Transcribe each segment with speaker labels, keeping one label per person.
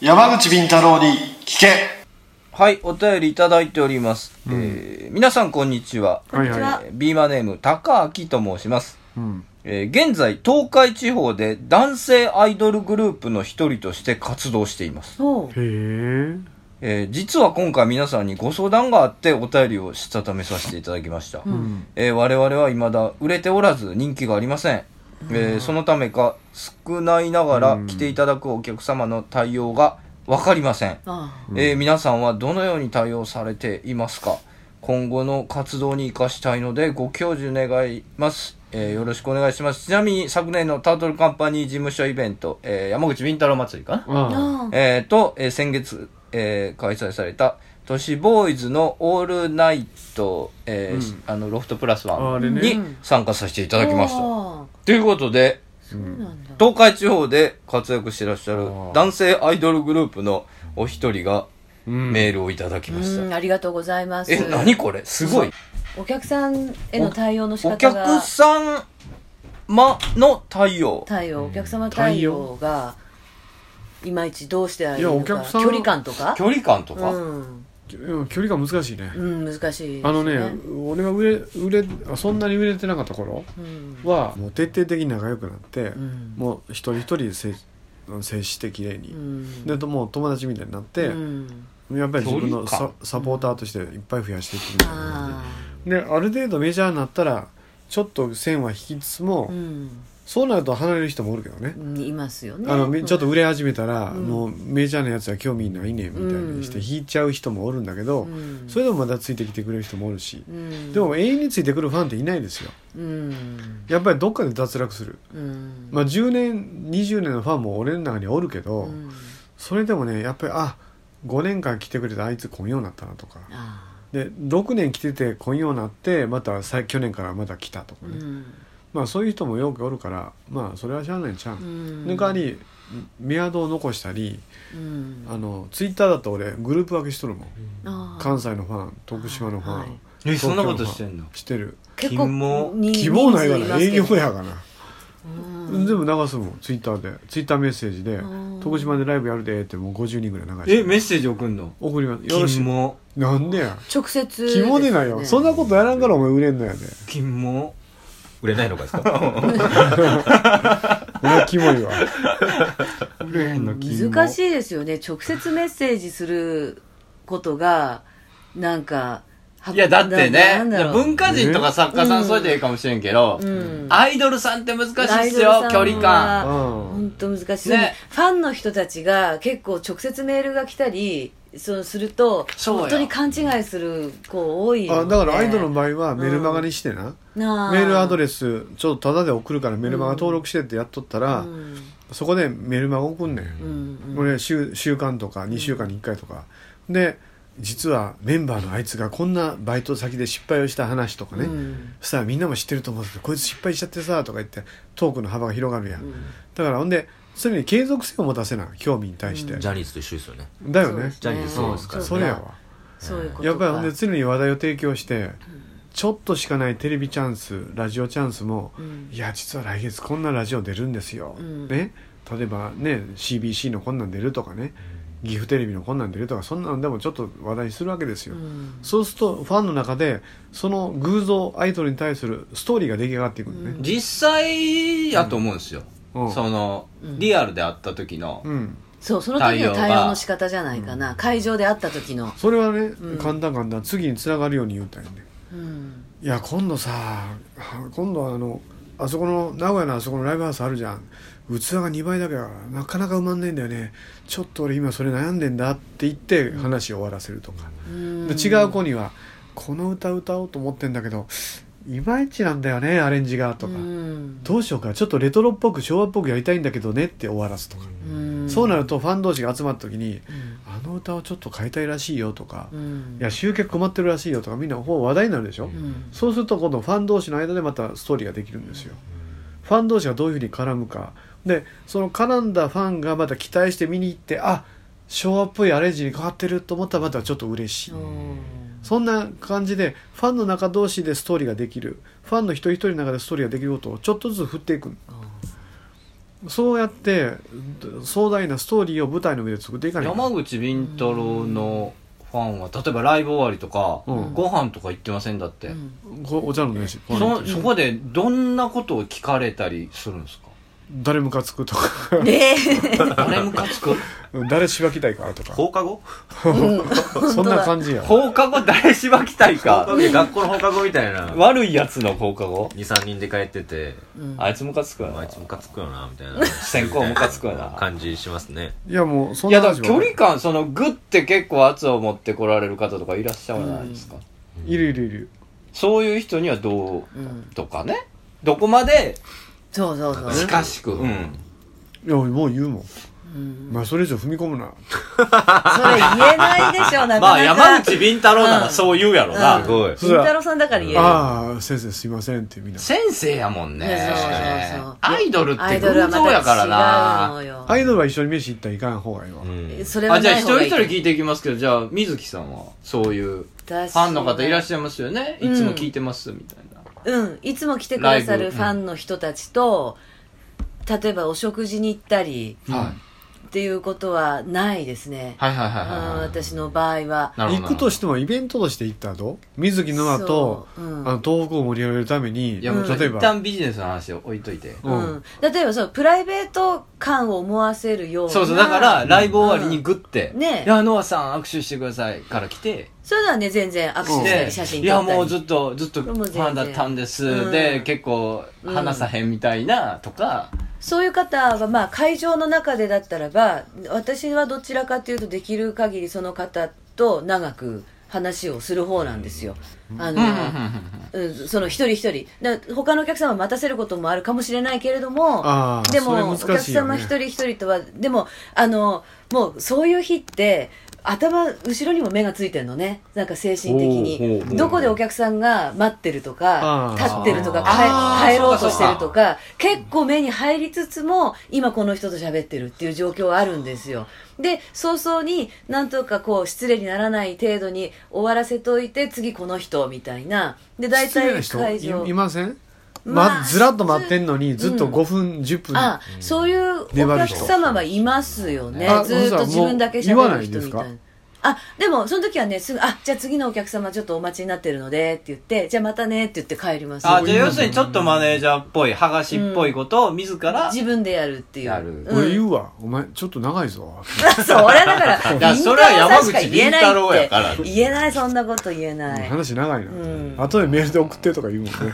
Speaker 1: 山口敏太郎に聞け
Speaker 2: はい、お便りいただいております。えー皆さんこんにちは。
Speaker 1: はい
Speaker 3: こんにち
Speaker 1: は
Speaker 3: は
Speaker 2: えービーマネーム、高明と申します。
Speaker 1: い。うん。
Speaker 2: えー現在、東海地方で男性アイドルグループの一人として活動しています。
Speaker 3: そう。
Speaker 1: へえ。
Speaker 2: えー実は今回皆さんにご相談があってお便りをしたためさせていただきました。
Speaker 1: うん。
Speaker 2: えー我々は未だ売れておらず人気がありません。えーそのためか、少ないながら来ていただくお客様の対応がわかりません。
Speaker 3: あ
Speaker 2: えー皆さんはどのように対応されていますか今後の活動に生かしたいのでご教授願います、えーよろしくお願いしますちなみに昨年のタートルカンパニー事務所イベント、えー山口敏太郎祭りかな、
Speaker 1: あ
Speaker 3: あ。
Speaker 2: えーと、えー先月、えー開催された都市ボーイズのオールナイト、えー
Speaker 1: うん
Speaker 2: あのロフトプラス
Speaker 1: あ。
Speaker 2: ワ
Speaker 1: あ
Speaker 2: ン
Speaker 1: れ
Speaker 2: に
Speaker 1: ね。
Speaker 2: 参加させていただきました
Speaker 3: そ
Speaker 2: ということで
Speaker 3: うなんだ。
Speaker 2: 東海地方で活躍してらっしゃる
Speaker 1: あー
Speaker 2: 男性アイドルグループのお一人が
Speaker 1: うん
Speaker 2: メールをいただき
Speaker 3: う
Speaker 2: ました、
Speaker 3: ん、ありがとうございます。
Speaker 2: え何これすごい
Speaker 3: お客さんへの対応の仕
Speaker 2: お
Speaker 3: 方が
Speaker 2: 客、様の対応
Speaker 3: 対応、お客様対応が、いまいちどうしてあげる
Speaker 1: いや
Speaker 3: の
Speaker 1: お客
Speaker 3: か、
Speaker 1: さん
Speaker 3: 距離感とか
Speaker 2: 距離感と
Speaker 3: う
Speaker 2: か、
Speaker 3: ん。
Speaker 1: うん距離が難しいね。
Speaker 3: うん、難しいです。
Speaker 1: あのね、俺が売れ、売れ、あそんなに売れてなかった頃
Speaker 3: うん。
Speaker 1: は、もう徹底的に仲良くなって
Speaker 3: う、ん。
Speaker 1: もう一人一人接接して綺麗に。
Speaker 3: ん
Speaker 1: で、もう友達みたいになって
Speaker 3: う、ん
Speaker 1: やっぱり自分の
Speaker 2: 距離
Speaker 1: サ
Speaker 2: 感
Speaker 1: サポーターとしていっぱい増やしていくみたいな。
Speaker 3: あ
Speaker 1: で、ある程度メジャーになったら、ちょっと線は引きつつ
Speaker 3: あ。
Speaker 1: も
Speaker 3: う、ん。
Speaker 1: そうなると離れる人もおるけどね。
Speaker 3: うんいますよね。
Speaker 1: あのめちょっと売れ始めたら、
Speaker 3: うん
Speaker 1: もうメジャーなやつは興味ないねみたいにして
Speaker 3: うん
Speaker 1: 引いちゃう人もおるんだけど、
Speaker 3: うん
Speaker 1: それでもまだついてきてくれる人もおるし
Speaker 3: う、ん。
Speaker 1: で、も永遠についてくるファンっていないですよ
Speaker 3: うん。
Speaker 1: やっぱりどっかで脱落する、
Speaker 3: うん。
Speaker 1: まあ、10年20年のファンも俺の中にはおるけど、
Speaker 3: うん
Speaker 1: それでもねやっぱりあ5年間来てくれたあいつ来んようになったなとか
Speaker 3: あ
Speaker 1: で6年来てて来んようになってまたさ去年からまた来たと
Speaker 3: あ。
Speaker 1: か
Speaker 3: う
Speaker 1: ね、
Speaker 3: ん。
Speaker 1: まあそういう人もよくおるからまあそれはしゃあないんちゃう、、
Speaker 3: うんん
Speaker 1: その代わりメアドを残したり
Speaker 3: うん
Speaker 1: あのツイッターだと俺グループ分けしとるもん
Speaker 3: あー
Speaker 1: 関西のファン徳島のファン、
Speaker 3: はい
Speaker 2: え
Speaker 1: 東京
Speaker 2: そん
Speaker 1: の
Speaker 2: な
Speaker 1: ファ
Speaker 2: こ
Speaker 1: ン
Speaker 2: としてんの
Speaker 1: してる
Speaker 3: 結
Speaker 2: 希望
Speaker 3: 構に
Speaker 1: 希望ないか
Speaker 3: 人
Speaker 1: ら
Speaker 3: 数います
Speaker 1: 営
Speaker 3: けど
Speaker 1: 業やがな、
Speaker 3: うん
Speaker 1: 全部流すもんツイッターでツイッターメッセージで
Speaker 3: うん
Speaker 1: 「徳島でライブやるで」ってもう50人ぐらい流して
Speaker 2: えメッセージ送んの
Speaker 1: 送りますよろし
Speaker 2: 金
Speaker 1: い
Speaker 2: も
Speaker 1: なんでや
Speaker 3: 直接
Speaker 1: 希望でないよ、
Speaker 3: です
Speaker 1: そん
Speaker 3: ね
Speaker 1: なことやらんからお前売れんのやで
Speaker 2: 金も
Speaker 4: 売れないのかですか
Speaker 1: お前キモいわ
Speaker 2: 売れへんの金も
Speaker 3: 難し
Speaker 2: い
Speaker 3: いですよね直接メッセージすることがなんか
Speaker 4: いや、だってね、
Speaker 3: ななんだろう
Speaker 4: 文化人とか作家さ
Speaker 3: うん
Speaker 4: ん、それでいいかもしれんけど、
Speaker 3: うん
Speaker 4: アイドルさんって難しいっす
Speaker 3: アイド
Speaker 4: よ、距
Speaker 3: ルさんは
Speaker 4: 離感。
Speaker 1: うん
Speaker 3: 本当難しい、
Speaker 4: ね
Speaker 3: ファンの人たちが結構直接メールが来たりそうすると
Speaker 4: そうよ
Speaker 3: 本当に勘違いする子多いので
Speaker 1: あだからアイドルの場合はメルマガにしてな、
Speaker 3: なあ
Speaker 1: メールアドレスちょっとタダで送るからメルマガ登録してってやっとったら、
Speaker 3: うん
Speaker 1: そこでメルマガ送んねん、
Speaker 3: うん
Speaker 1: 俺週週間とか2週間に1回とか、で実はメンバーのあいつがこんなバイト先で失敗をした話とか
Speaker 3: うん
Speaker 1: ね、
Speaker 3: うん
Speaker 1: さあみんなも知ってると思うんですけどこいつ失敗しちゃってさとか言ってトークの幅が広がるやん、
Speaker 3: うん
Speaker 1: だからほんで常に継続性を持たせな興味に対して、
Speaker 4: ジャニーズと一緒ですよね。
Speaker 1: だよね
Speaker 4: ジャニーズそうです
Speaker 1: う
Speaker 4: か
Speaker 1: ん
Speaker 4: ら
Speaker 1: それやわ
Speaker 3: そういうことか
Speaker 1: やっぱりほんで常に話題を提供して、ちょっとしかないテレビチャンスラジオチャンスも、
Speaker 3: うん
Speaker 1: いや実は来月こんなラジオ出るんですよ、
Speaker 3: うん
Speaker 1: ね例えばね CBC のこんなん出るとかね岐阜テレビのこんなん出るとかそんなんでもちょっと話題にするわけですよ、
Speaker 3: うん
Speaker 1: そうするとファンの中でその偶像アイドルに対するストーリーが出来上がっていくのね
Speaker 4: 実際やと思うんですよ。
Speaker 1: うん
Speaker 4: その、リアルで会った時の、
Speaker 1: うん、
Speaker 3: そうその時
Speaker 4: 対
Speaker 3: の対
Speaker 4: 応が
Speaker 3: 応の仕方じゃないかな、会場で会った時の、
Speaker 1: それはね、
Speaker 3: ん
Speaker 1: 簡単簡単次につながるように言うたんやね
Speaker 3: うん、
Speaker 1: いや今度さは今度はあのあそこの名古屋のあそこのライブハウスあるじゃん器が2倍だけだからなかなか埋まんないんだよねちょっと俺今それ悩んでんだって言って話を終わらせるとか、
Speaker 3: うん
Speaker 1: で違う子には「この歌歌おうと思ってんだけどいまいちなんだよねアレンジが」とか、
Speaker 3: うん
Speaker 1: どうしようかちょっとレトロっぽく昭和っぽくやりたいんだけどね」って終わらすとか、
Speaker 3: うん
Speaker 1: そうなるとファン同士が集まった時に「あの歌をちょっと変えたいらしいよ」とか「
Speaker 3: うん
Speaker 1: いや集客困ってるらしいよ」とかみんなほう話題になるでしょ、
Speaker 3: うん
Speaker 1: そうすると今度ファン同士の間でまたストーリーができるんですよ。ファン同士がどういうふうに絡むか。で、その絡んだファンがまた期待して見に行って、あ昭和っぽいアレンジに変わってると思ったらまたちょっと嬉しい。そんな感じで、ファンの中同士でストーリーができる。ファンの一人一人の中でストーリーができることをちょっとずつ振っていく。そうやって壮大なストーリーを舞台の上で作っていかない
Speaker 2: 山口敏太郎のファンは例えばライブ終わりとか、
Speaker 1: うん
Speaker 2: ご飯とか行ってませんだって、
Speaker 3: うん
Speaker 1: こお茶の飯
Speaker 2: そそこでどんなことを聞かれたりするんですか
Speaker 1: 誰ムカつくとか
Speaker 3: ね
Speaker 2: 誰ムカつく
Speaker 1: 誰しばきたいかとか
Speaker 5: 放課後
Speaker 1: そんな感じや
Speaker 2: 放課後誰しばきたい
Speaker 5: 放課
Speaker 2: か
Speaker 5: 後学校の放課後みた いな
Speaker 2: 悪いやつの放課後
Speaker 5: 23人で帰ってて
Speaker 2: あいつムカつくよ
Speaker 5: あ
Speaker 2: ない
Speaker 5: つムカつくよなみたい な
Speaker 2: 先行ムカつくよな
Speaker 5: 感じしますね
Speaker 1: いやもうそ
Speaker 2: い
Speaker 1: ん
Speaker 2: や
Speaker 1: な
Speaker 2: だ
Speaker 1: 感
Speaker 2: から
Speaker 1: じ
Speaker 2: 距
Speaker 1: は
Speaker 2: 離感そのグって結構圧を持ってこられる方とかいらっしゃるじゃないですか、
Speaker 1: いるいるいる
Speaker 2: そういう人にはど
Speaker 3: え、うん、
Speaker 2: うとかねどこまで
Speaker 3: そうそうそう、
Speaker 2: 近しく、うん、
Speaker 1: いやもう言うもん
Speaker 3: うん、
Speaker 1: まあそれ以上踏み込むな
Speaker 3: それ言えないでしょなかなか、
Speaker 2: まあ山口敏太郎ならそう言うやろな、
Speaker 3: うん
Speaker 5: すごい
Speaker 1: そ
Speaker 3: 慎
Speaker 1: れは
Speaker 3: 太郎さんだから言える
Speaker 1: ああ先生すいませんってみんな
Speaker 2: 先生やもんね
Speaker 3: そうそうそう
Speaker 2: アイドルっ
Speaker 3: ア
Speaker 2: て
Speaker 3: イドルは
Speaker 2: 群
Speaker 3: ま
Speaker 2: 像やから
Speaker 3: た違う
Speaker 2: な
Speaker 3: のよ
Speaker 1: アイドルは一緒に飯行ったらいかん方がいいわ、
Speaker 5: うん
Speaker 3: それは
Speaker 2: あじゃあ
Speaker 3: ない
Speaker 2: 一
Speaker 3: 方が
Speaker 2: 人
Speaker 3: いい
Speaker 2: 一人聞いていきますけどじゃあ水木さんはそういうファンの方いらっ
Speaker 3: ゃ
Speaker 2: しゃいますよねい
Speaker 3: うん
Speaker 2: つも聞いてますみたいな、
Speaker 3: うんいつも来てくださるファンの人たちと、例えばお食事に行ったり
Speaker 2: はい
Speaker 3: っていうことはないですね、
Speaker 2: はいはいはい
Speaker 3: うん
Speaker 2: はいはい
Speaker 3: 私の場合は
Speaker 2: なるほど
Speaker 1: 行くとしてもイベントとして行ったらどう水木の名と、
Speaker 3: そううん
Speaker 1: あの東北を盛り上げるために
Speaker 2: いやもうちょっと
Speaker 1: 例え
Speaker 2: 一
Speaker 1: ば
Speaker 2: 旦ビジネスの話を置いといて、
Speaker 1: う
Speaker 3: うんん例えばそうプライベート感を思わせるような
Speaker 2: そうそうだからライブ終わりにグッて
Speaker 3: うんね
Speaker 2: いやノアさん握手してください」から来て
Speaker 3: そういうのはね全然握手した
Speaker 2: で
Speaker 3: り写真
Speaker 2: い
Speaker 3: 撮
Speaker 2: や
Speaker 3: ったり
Speaker 2: もうずっとずっとファンだったんです」
Speaker 3: もう全然
Speaker 2: で
Speaker 3: うん
Speaker 2: 結構話さへんみたいなとか、
Speaker 3: そういう方は、まあ、会場の中でだったらば、私はどちらかというと、できる限りその方と長く話をする方なんですよ。あの、うんその一人一人。だ他のお客様を待たせることもあるかもしれないけれども、
Speaker 1: ああ
Speaker 3: で
Speaker 1: それ
Speaker 3: も、
Speaker 1: 難
Speaker 3: お
Speaker 1: しい
Speaker 3: 客
Speaker 1: よ
Speaker 3: 様
Speaker 1: ね
Speaker 3: 一人一人とは、でも、あの、もうそういう日って、頭、後ろにも目がついてるのね。なんか精神的
Speaker 2: ほうほうほう
Speaker 3: に。どこでお客さんが待ってるとか
Speaker 1: あ、ー
Speaker 3: 立ってるとか、
Speaker 2: あー
Speaker 3: 帰帰ろうとしてる
Speaker 2: そう
Speaker 3: とか、結構目に入りつつも、今この人と喋ってるっていう状況はあるんですよ。で、早々に、なんとかこう、失礼にならない程度に終わらせといて、次この人、みたいな。で、大
Speaker 1: 失礼
Speaker 3: 体
Speaker 1: な
Speaker 3: 会
Speaker 1: 人
Speaker 3: 場
Speaker 1: いい。ません、
Speaker 3: まあ
Speaker 1: ま、ずらっと待ってんのにずっと
Speaker 3: うん
Speaker 1: 5分、10分
Speaker 3: あ、そういうお
Speaker 1: 粘る
Speaker 3: 客
Speaker 1: 人
Speaker 3: 様はいますよね
Speaker 1: あ。
Speaker 3: ずーっと自分だけ
Speaker 1: そうそうもう言わ
Speaker 3: 喋
Speaker 1: な
Speaker 3: る
Speaker 1: いんで
Speaker 3: 人
Speaker 1: す
Speaker 3: み
Speaker 1: か
Speaker 3: たいな。あ、でも、その時はね、すぐ、あ、じゃあ次のお客様ちょっとお待ちになってるので、って言って、じゃあまたね、って言って帰ります。
Speaker 2: あじゃあ要するにちょっとマネージャーっぽい剥がしっぽいことを自ら、
Speaker 3: 自分でやるっていう。
Speaker 2: やる
Speaker 3: うん
Speaker 1: 俺言うわお前ちょっと長いぞ
Speaker 3: そう、俺 だから、
Speaker 2: いやそれは山口
Speaker 3: 言
Speaker 2: 倫
Speaker 3: えない
Speaker 2: 太郎やから
Speaker 3: って言えない、そんなこと言えない。
Speaker 1: 話長いな、
Speaker 3: うん
Speaker 1: 後でメールで送ってとか言うもんね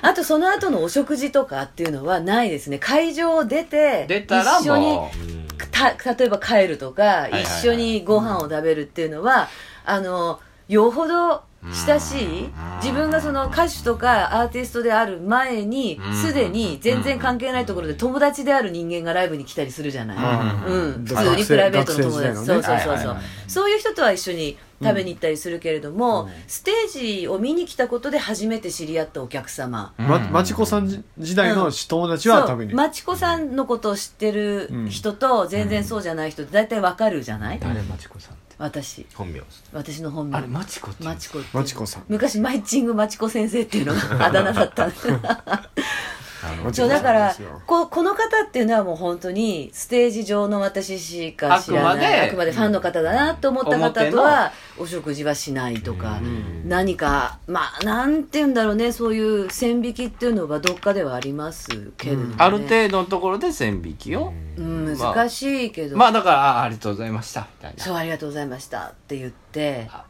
Speaker 3: あと、その後のお食事とかっていうのはないですね。会場を出て、
Speaker 2: 出たら
Speaker 3: 一緒に
Speaker 2: もう
Speaker 3: た例えば帰るとか、
Speaker 2: いはい
Speaker 3: 一緒にご飯を食べるっていうのはあのよほど親しい自分がその歌手とかアーティストである前に
Speaker 2: うん
Speaker 3: すでに全然関係ないところで友達である人間がライブに来たりするじゃない、
Speaker 1: う
Speaker 3: うんん、普
Speaker 1: 学生
Speaker 3: 通にプライベートの友達
Speaker 1: 学生時代
Speaker 3: そ
Speaker 1: の
Speaker 3: う
Speaker 1: ね
Speaker 3: そうそう
Speaker 2: はいはい
Speaker 3: そ
Speaker 2: は
Speaker 3: う
Speaker 2: い
Speaker 3: そういう人とは一緒に食べに行ったりするけれども、ステージを見に来たことで初めて知り合ったお客様、
Speaker 1: ままちこさんじ時代の友達は食べに、
Speaker 3: そうマチコさんのことを知ってる人と全然そうじゃない人って大体わかるじゃない、
Speaker 2: 誰マチコさんって
Speaker 3: 私
Speaker 5: 本名です
Speaker 3: 私の本名
Speaker 2: あれマチコって
Speaker 3: マチコっていう
Speaker 1: マチコさん
Speaker 3: 昔マイチングマチコ先生っていうのがあだ名だったんです
Speaker 1: マチ
Speaker 3: そ
Speaker 1: コさ
Speaker 3: うだ
Speaker 1: ん
Speaker 3: から
Speaker 1: ですよ
Speaker 3: ここの方っていうのはもう本当にステージ上の私しか知らない
Speaker 2: あくまで
Speaker 3: あくまでファンの方だなと思った方
Speaker 2: 表
Speaker 3: と
Speaker 2: の
Speaker 3: はお食事はしないとか何かまあなんて言うんだろうねそういう線引きっていうのはどっかではありますけれども、ね
Speaker 2: ある程度のところで線引きを、
Speaker 3: うん、
Speaker 2: まあ
Speaker 3: 難しいけど、
Speaker 2: まあだからあありがとうございましたみたいな
Speaker 3: そうありがとうございましたって言って
Speaker 2: あ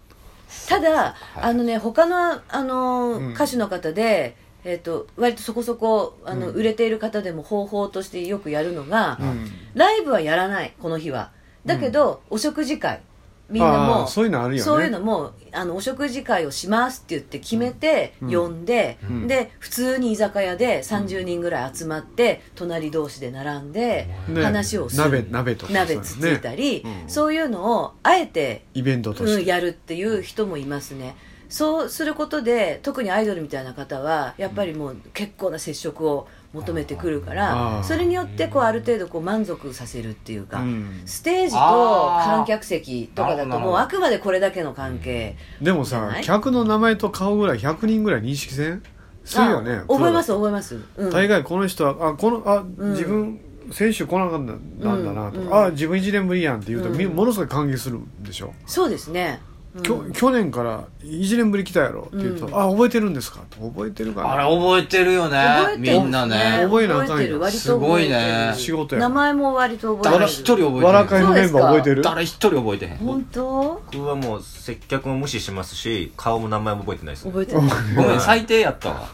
Speaker 3: ただ、あのね他のあの、
Speaker 1: うん
Speaker 3: 歌手の方で、えっと割とそこそこあの、売れている方でも方法としてよくやるのが、
Speaker 1: うん
Speaker 3: ライブはやらないこの日はだけど、お食事会みんな
Speaker 1: あー
Speaker 3: も
Speaker 1: そういうのあるよね
Speaker 3: そういうのもあのお食事会をしますって言って決めて、呼んで、で普通に居酒屋で30人ぐらい集まって、隣同士で並んで、
Speaker 1: ね
Speaker 3: 話をする
Speaker 1: 鍋鍋とか
Speaker 3: 鍋
Speaker 1: そうで
Speaker 3: つ
Speaker 1: す
Speaker 3: つ
Speaker 1: ね
Speaker 3: いたり、そういうのをあえて、
Speaker 1: イベントと
Speaker 3: う
Speaker 1: し
Speaker 3: ん、
Speaker 1: て、
Speaker 3: やるっていう人もいますねそうすることで特にアイドルみたいな方はやっぱりもう結構な接触を求めてくるか
Speaker 1: あ
Speaker 3: ら
Speaker 1: ー
Speaker 3: それによってこうある程度こう満足させるっていうか、
Speaker 1: うん
Speaker 3: ステージと
Speaker 2: あー
Speaker 3: 観客席とかだ
Speaker 2: なる
Speaker 3: と
Speaker 2: ほど
Speaker 3: もうあくまでこれだけの関係
Speaker 1: でも
Speaker 3: じゃな
Speaker 1: さ
Speaker 3: い
Speaker 1: 客の名前と顔ぐらい100人ぐらい認識せんするよね
Speaker 3: あ覚えますす覚えます、うん、
Speaker 1: 大概この人はあこのあ、
Speaker 3: ん
Speaker 1: 自分先週来なかったんだなとか、
Speaker 3: うんうん
Speaker 1: ああ自分1年ぶりやんって言うと、
Speaker 3: うん
Speaker 1: みものすごい歓迎するんでしょ、
Speaker 3: そうですね、うん
Speaker 1: きょ去年から1年ぶり来たやろって言うと、
Speaker 3: うん
Speaker 1: あ覚えてるんですかって覚えてるか
Speaker 6: あ
Speaker 1: ら
Speaker 6: れ覚えてるよ
Speaker 3: 覚え
Speaker 6: ね
Speaker 3: てる
Speaker 6: みんなね
Speaker 1: 覚えなあかんよ
Speaker 3: 覚えてる割
Speaker 6: す
Speaker 3: と
Speaker 6: ご
Speaker 3: 覚え
Speaker 6: い
Speaker 3: てる
Speaker 6: ね
Speaker 1: 仕事や
Speaker 3: 名前も割と覚えてる
Speaker 1: 誰
Speaker 6: 一人覚えてる
Speaker 1: わらかいのメンバー覚えてる
Speaker 5: 誰一人覚えてへん
Speaker 3: 本当
Speaker 5: 僕はもう接客も無視しますし顔も名前も覚えてないですね
Speaker 3: 覚えてる
Speaker 6: ごめん最低やったわ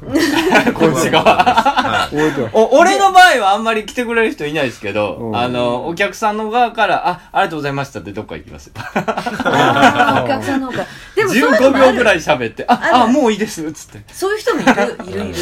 Speaker 5: こっち側
Speaker 1: 覚えてる
Speaker 6: お
Speaker 2: 俺の場合はあんまり来てくれる人いないですけ
Speaker 1: う
Speaker 2: ど、
Speaker 1: ん
Speaker 2: あの、お客さんの側から、あ、ありがとうございましたってどっか行きます。
Speaker 3: あーお客さんの方がでもそういうの
Speaker 2: 15
Speaker 3: もあ
Speaker 2: 秒ぐ
Speaker 3: る
Speaker 2: らい喋って、あ、あ、もういいです、つって。
Speaker 3: そういう人もいるいるいる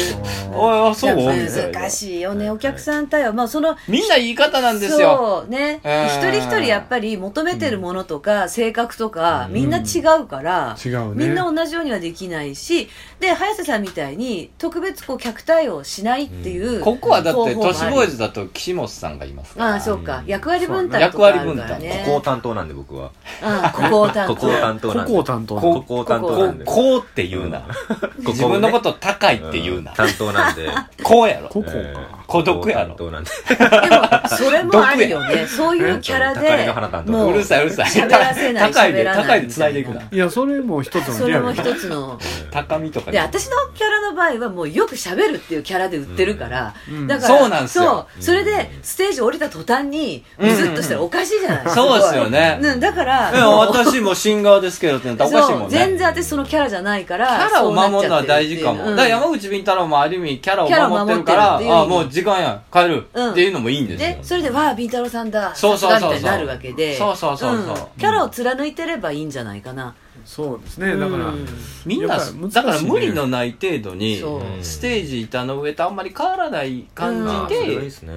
Speaker 2: あ、あそう
Speaker 3: いや
Speaker 2: みたいな
Speaker 3: 難しいよねお客さん対応まあその
Speaker 2: みんな言い方なんですよ。
Speaker 3: そうね、
Speaker 2: うん
Speaker 3: 一人一人やっぱり求めてるものとか、性格とか、みんな違うから、
Speaker 1: 違うね
Speaker 3: みんな同じようにはできないしで早瀬さんみたいに特別こう客対応しないっていう、
Speaker 2: ここはだって、
Speaker 3: 方
Speaker 2: 都
Speaker 3: 法も
Speaker 2: 市
Speaker 3: あり
Speaker 2: ボーイズだと岸本さんがいますから。
Speaker 3: ああそうか
Speaker 5: うん
Speaker 3: 役割分担とかあるから
Speaker 2: そう
Speaker 3: ね
Speaker 5: ここを担当なんで僕は
Speaker 3: ああここを担当
Speaker 5: ここを担当なんで
Speaker 1: ここを担当
Speaker 5: ここを担当
Speaker 2: こ
Speaker 5: なん
Speaker 2: う
Speaker 5: で、
Speaker 2: こうって言うな。
Speaker 5: こ
Speaker 2: 自分のこと高いって言うな。
Speaker 5: 担当なんで
Speaker 2: こうやろ。
Speaker 1: ここ
Speaker 5: え
Speaker 1: か
Speaker 5: ー
Speaker 2: 孤独やろ
Speaker 5: 担当なんで
Speaker 3: でもそれもあるよねそういうキャラ
Speaker 5: 高い
Speaker 3: で
Speaker 5: の花担当
Speaker 3: も
Speaker 2: うるさいうるさい。
Speaker 3: 喋らせない
Speaker 2: 高いで、
Speaker 3: 喋らない
Speaker 2: 高いで繋いでいくな。
Speaker 1: いやそれも一つの
Speaker 3: そ
Speaker 1: リア
Speaker 3: れ
Speaker 1: ル
Speaker 3: も
Speaker 1: やね
Speaker 3: 一つの
Speaker 2: 高みとか
Speaker 3: で
Speaker 2: ね
Speaker 3: 私のキャラの場合はもうよく喋るっていうキャラで売ってるから、
Speaker 1: ん
Speaker 3: だから
Speaker 2: そうなんですよ
Speaker 3: そうそれでステージ降りた途端に
Speaker 2: うん
Speaker 3: ムズっとしたらおかしいじゃない、
Speaker 2: そうですよね。
Speaker 3: ねだから、
Speaker 2: うん、
Speaker 3: もう
Speaker 2: 私もシンガーですけどってなったらおかしいも
Speaker 3: そ
Speaker 2: んね。
Speaker 3: う全然私そのキャラじゃないから
Speaker 2: キャラを守るのは大事かも。
Speaker 3: そう
Speaker 2: だから
Speaker 3: なっちゃってるっていううん
Speaker 2: 山口敏太郎もある意味キャラ
Speaker 3: キャ
Speaker 2: を
Speaker 3: ラ
Speaker 2: 守
Speaker 3: を守
Speaker 2: っ
Speaker 3: ってて
Speaker 2: る
Speaker 3: る
Speaker 2: から、
Speaker 3: っていう
Speaker 2: ああ、もう時間やん、帰る、
Speaker 3: うん
Speaker 2: っていうのもいいんですよ。
Speaker 3: ね、それで「わあビンタロウさんだ
Speaker 2: そうそうそうそう
Speaker 3: さすがみたいになるわけで
Speaker 2: そうそうそうそうん
Speaker 3: キャラを貫いてればいいんじゃないかな、
Speaker 1: そうですねだから、
Speaker 3: うん
Speaker 2: みんな、
Speaker 1: やっぱ難しいね
Speaker 2: だから無理のない程度に
Speaker 3: そう、
Speaker 2: ステージ板の上とあんまり変わらない感
Speaker 5: あー
Speaker 2: じ
Speaker 5: それ
Speaker 2: で、
Speaker 5: が
Speaker 2: う
Speaker 5: いい
Speaker 2: ん
Speaker 5: っすね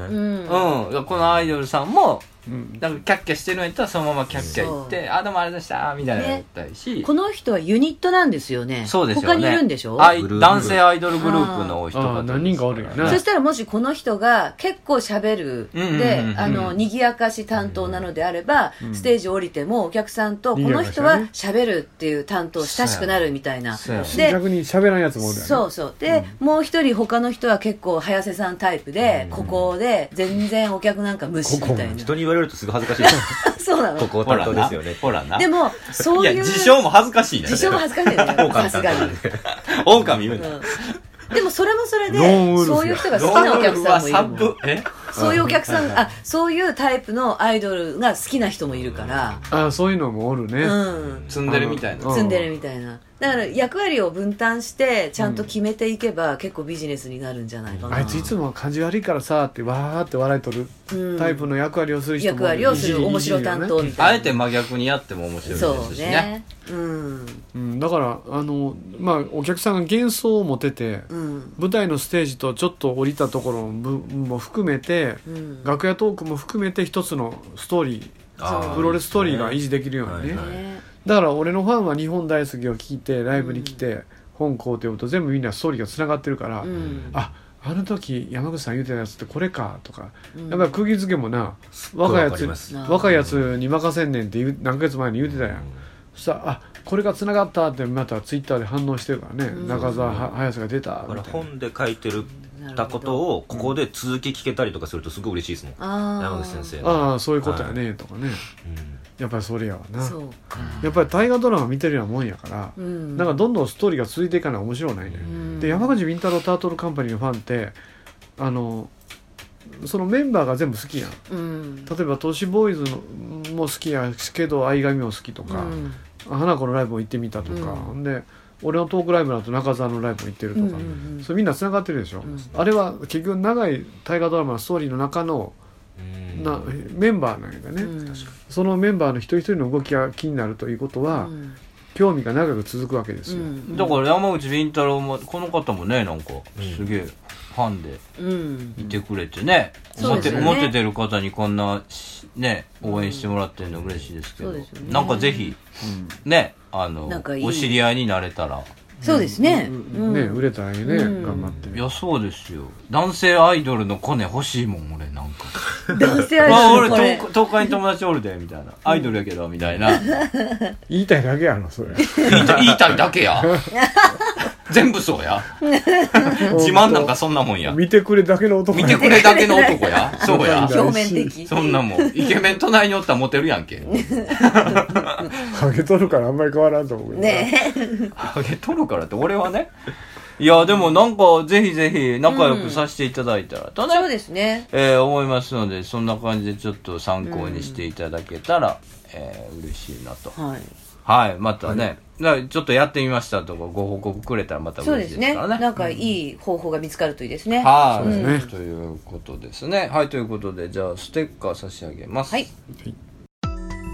Speaker 2: このアイドルさんも、
Speaker 1: うん
Speaker 2: なんかキャッキャしてるんやったらそのままキャッキャ言っ
Speaker 3: そ
Speaker 2: て、あ、どうもあれでした、みたいなやったりし、
Speaker 3: この人はユニットなんですよね
Speaker 2: そうですよね。
Speaker 3: 他にいるんでしょ
Speaker 2: あい
Speaker 5: グループ
Speaker 2: 男性アイドルグループの人
Speaker 1: ああ
Speaker 2: が。
Speaker 1: 何人かおるよね
Speaker 3: そしたらもしこの人が結構しゃべる、
Speaker 2: うんうんうん
Speaker 3: で
Speaker 2: う、ん
Speaker 3: あの、賑やかし担当なのであれば、ステージ降りてもお客さんと、この人はしゃべるっていう担当、親しくなるみたいな。
Speaker 2: そうやね
Speaker 3: で
Speaker 1: 逆に喋らんやつもおるやん
Speaker 3: そうそう。で、もう一人他の人は結構、早瀬さんタイプで、ここで、全然お客なんか無視みたいな。
Speaker 5: 人に言われるとすぐ恥ずかしいです
Speaker 3: そうな
Speaker 5: こ
Speaker 3: の。
Speaker 5: こを
Speaker 2: ほ
Speaker 5: 担
Speaker 2: ら
Speaker 5: 当
Speaker 2: な
Speaker 5: ですよね
Speaker 2: ほらな。
Speaker 3: でも、そう
Speaker 2: い
Speaker 3: い
Speaker 2: や、
Speaker 3: う。
Speaker 2: 自称も恥ずかしいな。
Speaker 3: 自称も恥ずかしい よね。さすがに。
Speaker 2: オオカミ言うな。
Speaker 3: うんでもそれもそれで
Speaker 1: ローンウルフや
Speaker 3: そういう人が好きなお客さんもいるも
Speaker 2: ロ
Speaker 3: ん
Speaker 2: ールはサブえ
Speaker 3: そういうお客さん、あ、そういうタイプのアイドルが好きな人もいるから、
Speaker 1: ああそういうのもおるね、
Speaker 3: うん。
Speaker 2: ツンデレみたいな。
Speaker 1: うん
Speaker 3: ツンデレみたいな。だから役割を分担して、ちゃんと決めていけば、結構ビジネスになるんじゃないかな。
Speaker 1: あいついつも感じ悪いからさってわーって笑いとる
Speaker 3: うん
Speaker 1: タイプの役割をする人も
Speaker 3: 役割をす
Speaker 1: い
Speaker 3: る
Speaker 1: じ
Speaker 3: 面白担当
Speaker 1: い
Speaker 3: みたいな。
Speaker 2: あえて真逆にやっても面白いで
Speaker 3: そう
Speaker 2: すしね。
Speaker 3: ね。うん。
Speaker 1: じりねうん、だからあのまあお客さんが幻想を持てて、
Speaker 3: うん。
Speaker 1: 舞台のステージとちょっと降りたところの部分も含めて、
Speaker 3: うん。
Speaker 1: 楽屋トークも含めて一つのストーリー
Speaker 5: あー
Speaker 1: プロレスストーリーが維持できるようにね、
Speaker 5: はいはい
Speaker 3: ね
Speaker 1: だから俺のファンは日本大好きを聞いてライブに来て、本校って呼ぶと全部みんなストーリーがつながってるから、
Speaker 3: うん。
Speaker 1: ああの時山口さん言うてたやつってこれかとか、
Speaker 3: うん
Speaker 1: やっぱり釘付けもな
Speaker 5: ごい
Speaker 1: 若いや
Speaker 5: わか
Speaker 1: つ
Speaker 5: ります
Speaker 1: 若いやつに任せんねんって言う何ヶ月前に言うてたやん、そしたら「あこれがつながった」ってまたツイッターで反応してるからね、
Speaker 3: うん
Speaker 1: 中澤は早瀬が出た
Speaker 5: だか
Speaker 1: み
Speaker 5: ら
Speaker 1: たいな
Speaker 5: 本で書いてるたことをここで続き聞けたりとかするとすごい嬉しいですもん、
Speaker 3: ああ。
Speaker 5: 山口先生の、
Speaker 1: ああそういうことやねとかね、
Speaker 5: うん
Speaker 1: やっぱりそれやわな
Speaker 3: そうか。
Speaker 1: やっぱり大河ドラマ見てるようなもんやから、
Speaker 3: うん。
Speaker 1: なんかどんどんストーリーが続いていかない面白ないね、
Speaker 3: うん、
Speaker 1: で山口み太郎タートルカンパニーのファンってあのそのメンバーが全部好きやん
Speaker 3: うん。
Speaker 1: 例えば都市ボーイズのも好きやけど相上も好きとか、
Speaker 3: うん
Speaker 1: 花子のライブも行ってみたとか、
Speaker 3: う
Speaker 1: で俺のトークライブだと中澤のライブも行ってるとか、
Speaker 3: うんうんうん
Speaker 1: それみんなつながってるでしょ、
Speaker 3: ん
Speaker 1: あれは結局長い大河ドラマのストーリーの中の
Speaker 5: うん
Speaker 1: なメンバーなんやね、
Speaker 3: うん
Speaker 1: そのメンバーの一人一人の動きが気になるということは、
Speaker 3: うん
Speaker 1: 興味が長く続くわけですよ、
Speaker 3: うん
Speaker 2: だから山口敏太郎も、この方もね、なんか、すげえファンで
Speaker 3: うん
Speaker 2: いてくれてね、
Speaker 3: そう
Speaker 2: モ
Speaker 3: です
Speaker 2: テ
Speaker 3: よね
Speaker 2: モテてる方にこんなし、ね、応援してもらってるの嬉しいですけど
Speaker 3: そうですよ、ね
Speaker 2: なんかぜひ、ね、あの
Speaker 3: なんかい、い
Speaker 2: お知り合いになれたら。
Speaker 3: そうですね。うん
Speaker 1: ね売れたらいいね、
Speaker 3: うん
Speaker 1: 頑張って
Speaker 2: いや、そうですよ。男性アイドルのコネ欲しいもん、俺、なんか。
Speaker 3: 男性アイ
Speaker 2: あ
Speaker 3: ド
Speaker 2: 俺
Speaker 3: ルのこれ
Speaker 2: 東東海に友達おるでみ たいなアイドルやけどみたいな言い
Speaker 1: 言いたいだけやろそれ
Speaker 2: た言いたいだけや全部そうや。自慢なんかそんなもんや。
Speaker 1: 見てくれだけの男
Speaker 2: 見
Speaker 1: や
Speaker 2: てくれだけの男や。そうや。
Speaker 7: 表面的
Speaker 2: そんなも ん。イケメン隣におったらモテるやん け。
Speaker 1: ハゲとるからあんまり変わらんと思うけどな
Speaker 7: ねえ
Speaker 2: あげとるからって、俺はね。いや、でもなんか、ぜひぜひ仲良くさせていただいたら、とね、
Speaker 7: そうですね
Speaker 2: えー思いますので、そんな感じでちょっと参考にしていただけたら、えー嬉しいなと。
Speaker 7: はい
Speaker 2: はい、またね、だからちょっとやってみましたとかご報告くれたらまた
Speaker 7: そう
Speaker 2: 嬉
Speaker 7: で
Speaker 2: し
Speaker 7: す
Speaker 2: いです
Speaker 7: ね
Speaker 2: からね。
Speaker 7: なんかいい方法が見つかるといいですね
Speaker 2: はい、
Speaker 1: そうですね
Speaker 2: ということですね。はい、ということで、じゃあ、ステッカー差し上げます。
Speaker 7: はい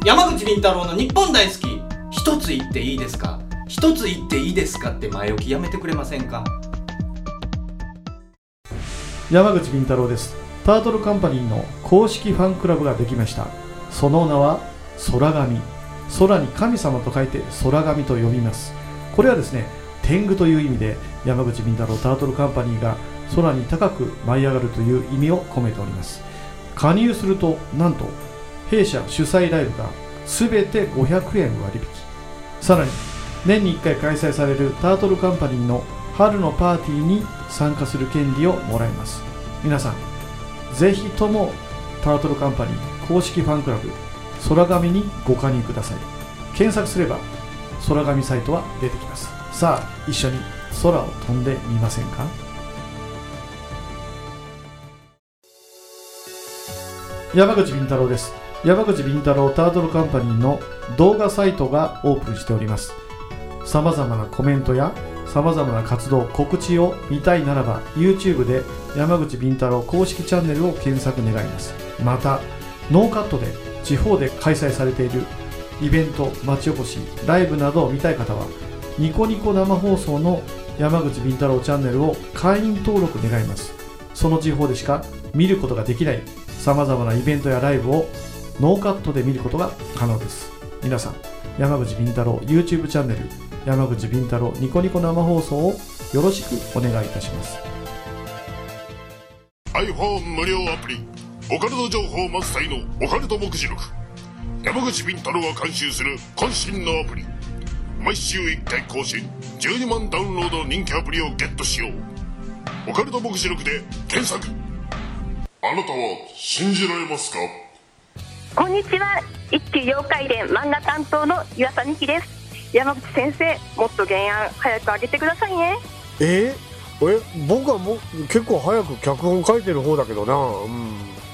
Speaker 8: 山口倫太郎の日本大好き一つ言っていいですか一つ言っていいですかって前置きやめてくれませんか
Speaker 9: 山口敏太郎ですタートルカンパニーの公式ファンクラブができましたその名は空神空に神様と書いて空神と呼びますこれはですね天狗という意味で山口敏太郎タートルカンパニーが空に高く舞い上がるという意味を込めております加入するとなんと弊社主催ライブが全て500円割引さらに年に1回開催されるタートルカンパニーの春のパーティーに参加する権利をもらえます皆さんぜひともタートルカンパニー公式ファンクラブ空紙にご加入ください検索すれば空紙サイトは出てきますさあ一緒に空を飛んでみませんか山口敏太郎です山口敏太郎タートルカンパニーの動画サイトがオープンしておりますさまざまなコメントやさまざまな活動告知を見たいならば YouTube で山口敏太郎公式チャンネルを検索願いますまたノーカットで地方で開催されているイベント町おこしライブなどを見たい方はニコニコ生放送の山口敏太郎チャンネルを会員登録願いますその地方でしか見ることができないさまざまなイベントやライブをノーカットで見ることが可能です皆さん山口敏太郎 YouTube チャンネル山口敏太郎ニコニコ生放送をよろしくお願いいたします
Speaker 10: iPhone 無料アプリオカルト情報満載のオカルト目次録山口敏太郎が監修する渾身のアプリ毎週1回更新12万ダウンロードの人気アプリをゲットしようオカルト目次録で検索あなたは信じられますか
Speaker 11: こんにちは一級妖怪伝漫画担当の岩佐美希です山口先生もっと原案早く上げてくださいね
Speaker 12: ええ僕はもう結構早く脚本書いてる方だけどな、うん、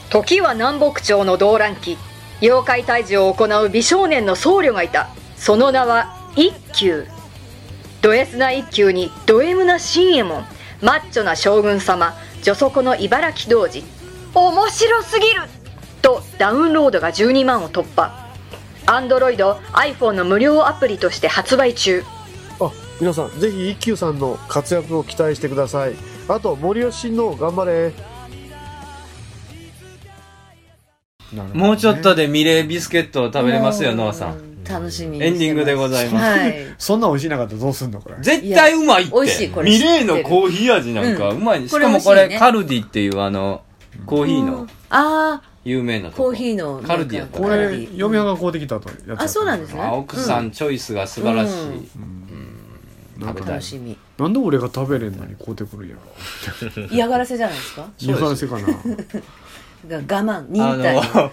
Speaker 3: 時は南北朝の動乱期妖怪退治を行う美少年の僧侶がいたその名は一休ド S な一休にド M な新右衛門マッチョな将軍様女底の茨城童子面白すぎるとダウンロードが12万を突破アンドロイド iPhone の無料アプリとして発売中
Speaker 12: あ皆さんぜひ一休さんの活躍を期待してくださいあと森吉親王頑張れ
Speaker 1: なるほどね
Speaker 2: もうちょっとでミレービスケットを食べれますよ、ノアさん。
Speaker 7: ん楽しみにしてます
Speaker 2: エンディングでございます
Speaker 7: はい
Speaker 1: そんなん美味しいなかったらどうすんのこれ
Speaker 2: 絶対うまいって。
Speaker 7: 美味しいこれ
Speaker 2: ミレーのコーヒー味なんかうまい、
Speaker 7: うん
Speaker 2: しかもこれ
Speaker 7: これ美味しいね
Speaker 2: カルディっていうあの、コーヒーの
Speaker 7: ああ
Speaker 2: 有名なとこ。
Speaker 7: コーヒーの
Speaker 2: カルディやった
Speaker 1: こ
Speaker 7: カ
Speaker 2: ね
Speaker 7: ルデ
Speaker 1: れ
Speaker 7: ィ
Speaker 1: 読み上がこうできたとやつやった
Speaker 7: あそうなんですね
Speaker 2: あ奥さ
Speaker 7: うん
Speaker 2: チョイスが素晴らしい。
Speaker 7: うん
Speaker 1: なんか
Speaker 7: 楽しみ
Speaker 1: なんで俺が食べれんのにこうてくるんや
Speaker 7: 嫌がらせじゃないですか
Speaker 1: 嫌がらせかな
Speaker 7: が我慢忍
Speaker 2: あ
Speaker 7: 耐
Speaker 2: の、 か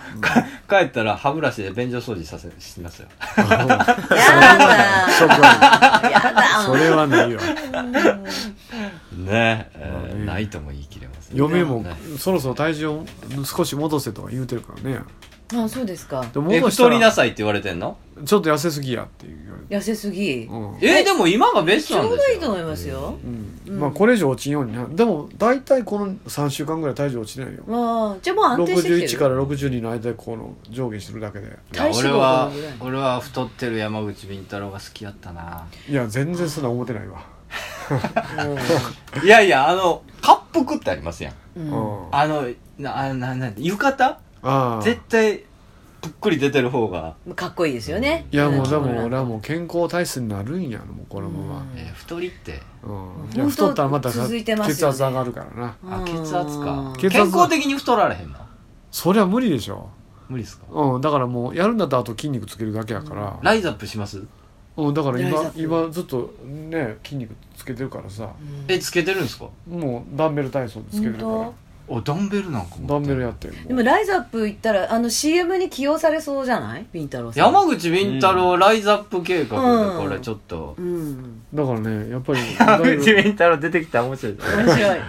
Speaker 2: 帰ったら歯ブラシで便所掃除させ、しますよ。
Speaker 1: そ
Speaker 7: や
Speaker 1: こは
Speaker 7: だやだ
Speaker 1: それはないわ
Speaker 2: ね、えー
Speaker 1: まあね
Speaker 2: ないとも言い切れます、ね。
Speaker 1: 嫁も
Speaker 2: ね
Speaker 1: そろそろ体重を少し戻せとか言うてるからね
Speaker 7: あそうですか
Speaker 1: でも
Speaker 2: え、
Speaker 1: 戻した
Speaker 2: 太りな
Speaker 1: ら
Speaker 2: さいって言われてんの
Speaker 1: ちょっと痩せすぎやっていう言われ
Speaker 7: 痩
Speaker 1: て
Speaker 7: せすぎ
Speaker 1: うん
Speaker 2: えーでも今がベス
Speaker 7: ち
Speaker 2: トなん
Speaker 7: ょう
Speaker 2: で
Speaker 7: ど
Speaker 2: す
Speaker 7: いい
Speaker 2: よ。
Speaker 7: と思いますよ
Speaker 1: うんまあこれ以上落ちんようになでも大体この3週間ぐらい体重落ちないよ
Speaker 7: まあじゃあもう安定してきてる
Speaker 1: 61から62の間でこの上下してるだけで
Speaker 2: いや
Speaker 7: 体脂
Speaker 2: 俺
Speaker 7: 肪がど
Speaker 2: は
Speaker 7: のぐらい
Speaker 2: 俺は太ってる山口敏太郎が好きやったない
Speaker 1: や全然そんな思ってないわ
Speaker 2: いやいやあの滑覆ってありますやん
Speaker 7: うん
Speaker 1: うんあ
Speaker 2: あのなあなな浴衣
Speaker 1: あ
Speaker 2: 絶対ぷっくり出てる方が、
Speaker 7: かっこいいですよね
Speaker 1: いやもう
Speaker 7: うん
Speaker 1: でも俺はもう健康体質になるんやもうこのま
Speaker 2: えー太りって、
Speaker 1: ま、うん
Speaker 7: ん
Speaker 1: い
Speaker 7: 本
Speaker 1: や
Speaker 7: 当
Speaker 1: 太ったらまた
Speaker 7: 続いてますよね
Speaker 1: 血圧上がるからな
Speaker 2: あ血圧か
Speaker 1: 血圧
Speaker 2: 健康的に太られへんの
Speaker 1: そりゃ無理でしょ
Speaker 2: 無理ですか
Speaker 1: うんだからもうやるんだったらあと筋肉つけるだけやから
Speaker 2: ライズアップします
Speaker 1: うん、だから
Speaker 2: ライズア
Speaker 1: 今
Speaker 2: ップ
Speaker 1: 今ずっとね筋肉つけてるからさ、
Speaker 2: えつけてるんですか
Speaker 1: もうダンベル体操つけてるから
Speaker 3: 本
Speaker 1: おダンベルなんかダンベルやってる
Speaker 3: でもライズアップ行ったらあの CM に起用されそうじゃないビンタロウさん
Speaker 2: 山口敏太郎、ライズアップ計画で
Speaker 3: うん
Speaker 2: これちょっと、
Speaker 3: うん
Speaker 1: だからねやっぱ り
Speaker 2: 山口敏太郎出てきたら面白い面
Speaker 3: 面白いあ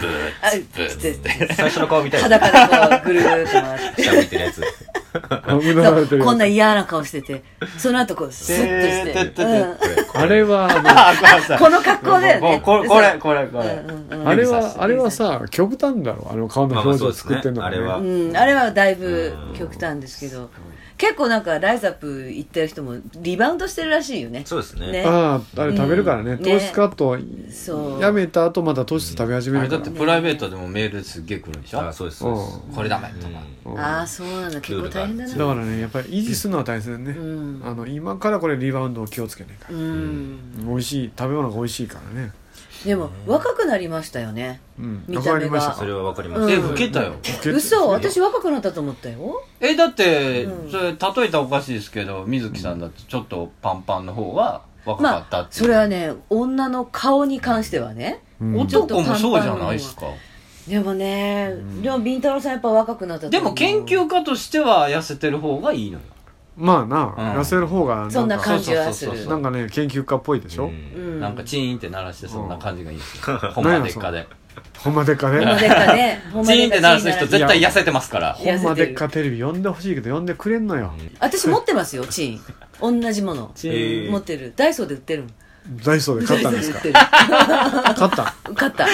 Speaker 5: 最初の顔みたいな
Speaker 3: 裸でこうぐるぐるっと回って
Speaker 5: 下向いてるやつ
Speaker 3: そうこんな嫌な顔しててその後こうスッとして、うん
Speaker 1: あれ は
Speaker 3: あこの格好だよね
Speaker 1: これこれこれこれ
Speaker 3: うんうん
Speaker 1: あれはあれはさ極端だろあの顔の表情作ってんのがね
Speaker 5: まあまあそうで
Speaker 3: う
Speaker 5: すね
Speaker 3: ん、あれはだいぶ極端ですけど結構なんかライズアップ行ってる人もリバウンドしてるらしいよねそうですね
Speaker 1: あああれ食べるからね、
Speaker 3: うん
Speaker 1: 糖質カット
Speaker 3: そう
Speaker 1: やめた後また糖質食べ始め
Speaker 2: あ
Speaker 1: る
Speaker 2: れ
Speaker 1: か
Speaker 2: だ
Speaker 1: ら、
Speaker 2: ってプライベートでもメールすっげえ来るでしょあそうです
Speaker 1: そうですうん
Speaker 2: これダメとか、
Speaker 3: ああそうなんだ結構大変だな
Speaker 1: だからねやっぱり維持するのは大切だよね、あの今からこれリバウンドを気をつけないから、
Speaker 3: うん
Speaker 1: 美味しい食べ物が美味しいからね、
Speaker 3: でも若くなりましたよね、
Speaker 1: うん、
Speaker 3: 見た
Speaker 1: わか
Speaker 3: 目
Speaker 1: りました
Speaker 3: が
Speaker 1: それはわかり
Speaker 2: ましたえ老けたよ
Speaker 3: 嘘私若くなったと思ったよ
Speaker 2: えだって、それ例えたらおかしいですけど水木さんだってちょっとパンパンの方は若かったってい、
Speaker 3: そうれはね女の顔に関してはね、ちょっと
Speaker 2: 男もそうじゃ
Speaker 3: パンパンの
Speaker 2: ないですか
Speaker 3: でもね、でもビンタロウさんやっぱ若くなったと
Speaker 2: で
Speaker 3: 思う
Speaker 2: も研究家としては痩せてる方がいいのよ
Speaker 1: まあな、痩せる方がなんか
Speaker 3: そんな感じはす
Speaker 2: そ
Speaker 3: る
Speaker 2: うそうそうそう
Speaker 1: なんかね研究家っぽいでしょ、
Speaker 3: うん
Speaker 2: なんかチーンって鳴らしてそんな感じがいいんですよ、
Speaker 1: うん
Speaker 2: ほんまでっかで
Speaker 1: ほんまでっかね
Speaker 2: ほんまでっかねほん までっかチーンって鳴らす人絶対痩せてますから
Speaker 1: ほんまでっかテレビ呼んでほしいけど呼んでくれんのよ
Speaker 3: 私持ってますよチーン同じもの
Speaker 1: チーン
Speaker 3: 持ってるダイソーで売ってるの
Speaker 1: ダイソーで買ったんですか
Speaker 3: ダイソーで売ってる
Speaker 1: 買った
Speaker 3: 買った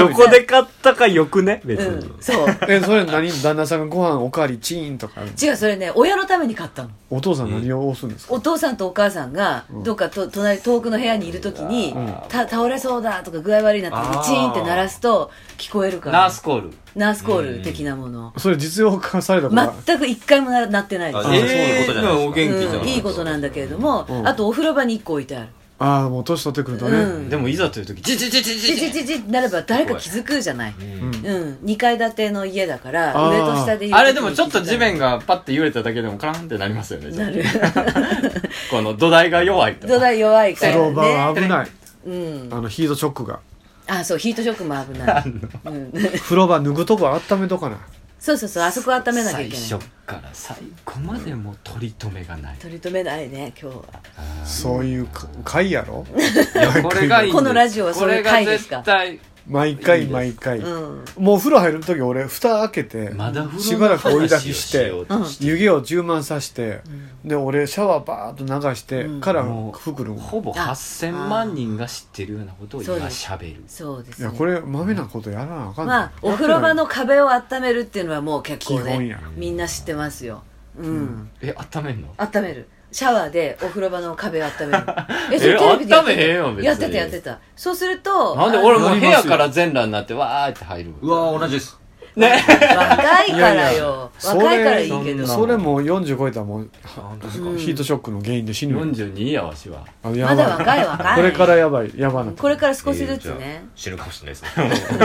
Speaker 1: 横で買ったかよくね別
Speaker 3: にそう
Speaker 1: えそれ何旦那さんがご飯おかわりチーンとか
Speaker 3: 違うそれね親のために買ったの
Speaker 1: お父さん何を押すんですか
Speaker 3: お父さんとお母さんが
Speaker 1: うん
Speaker 3: どっかと隣遠くの部屋にいるときに、
Speaker 1: うん
Speaker 3: た倒れそうだとか具合悪いなって
Speaker 1: あー
Speaker 3: チーンって鳴らすと聞こえるから
Speaker 2: ナースコール
Speaker 3: ナースコール的なもの、
Speaker 1: それ実用化されたことは
Speaker 3: 全く一回もななってない
Speaker 1: あえーそういうことじゃないですかお元気じゃない
Speaker 3: うんいいことなんだけれども、
Speaker 1: うん
Speaker 3: あとお風呂場に1個置いてある
Speaker 1: ああもう年取ってくるとね、
Speaker 3: うん
Speaker 1: で
Speaker 2: もいざという時
Speaker 3: チチチチチチチなれば誰か気づくじゃない、うん2階建ての家だから
Speaker 2: あ
Speaker 3: 上と下でいる
Speaker 2: あれでもちょっと地面がパッて揺れただけでもカランってなりますよね
Speaker 3: なる
Speaker 2: この土台が弱いと
Speaker 3: 土台弱いか
Speaker 1: 風
Speaker 3: ら
Speaker 1: 呂場
Speaker 3: ね
Speaker 1: は危ない、
Speaker 3: うん
Speaker 1: あのヒートショックが
Speaker 3: あそうヒートショックも危ない、うん、
Speaker 1: 風呂場脱ぐとこ温めとかな
Speaker 3: そうそうそうあそこ温めなきゃいけない
Speaker 2: 最初から最後までもう取り留めがない、
Speaker 3: 取り留めないね今日は
Speaker 1: そういうか回やろ
Speaker 2: これがいいんです
Speaker 3: このラジオはそういう回ですか
Speaker 2: これが絶対
Speaker 1: 毎回毎回
Speaker 3: うん
Speaker 1: もうお風呂入る時俺蓋開けてしばらく追い出きし
Speaker 2: まだ風呂の話をし
Speaker 1: て
Speaker 2: ようとし
Speaker 1: 湯気を充満さして、で俺シャワーバーッと流してから服の、
Speaker 2: ほぼ8000万人が知ってるようなことを今
Speaker 3: そうです
Speaker 2: 喋る
Speaker 3: そうです
Speaker 1: いやこれまめなことやらなあかん
Speaker 3: まあお風呂場
Speaker 1: の
Speaker 3: の壁を温めるっていうのはもう結
Speaker 1: 基
Speaker 3: 構
Speaker 1: 本
Speaker 3: ね
Speaker 1: や
Speaker 3: みんな知ってますようん、
Speaker 2: え温めんの
Speaker 3: 温めるシャワーでお風呂場の壁を 温める
Speaker 2: え
Speaker 3: やって
Speaker 2: 温めへんよ別
Speaker 3: た
Speaker 2: に
Speaker 3: やってたやってたそうすると
Speaker 2: なんで俺も
Speaker 3: あ
Speaker 2: う
Speaker 3: の
Speaker 2: 部屋から全裸になってわーって入るうわー同じですね
Speaker 3: 若いからよ若いからいいけど
Speaker 1: それも40超えたらもうヒートショックの原因で死ぬ
Speaker 2: 42やわしは
Speaker 1: あやばい
Speaker 3: まだ若い若い
Speaker 1: これからやばいやばな
Speaker 3: これから少しずつね、
Speaker 5: 死ぬかもしれないですね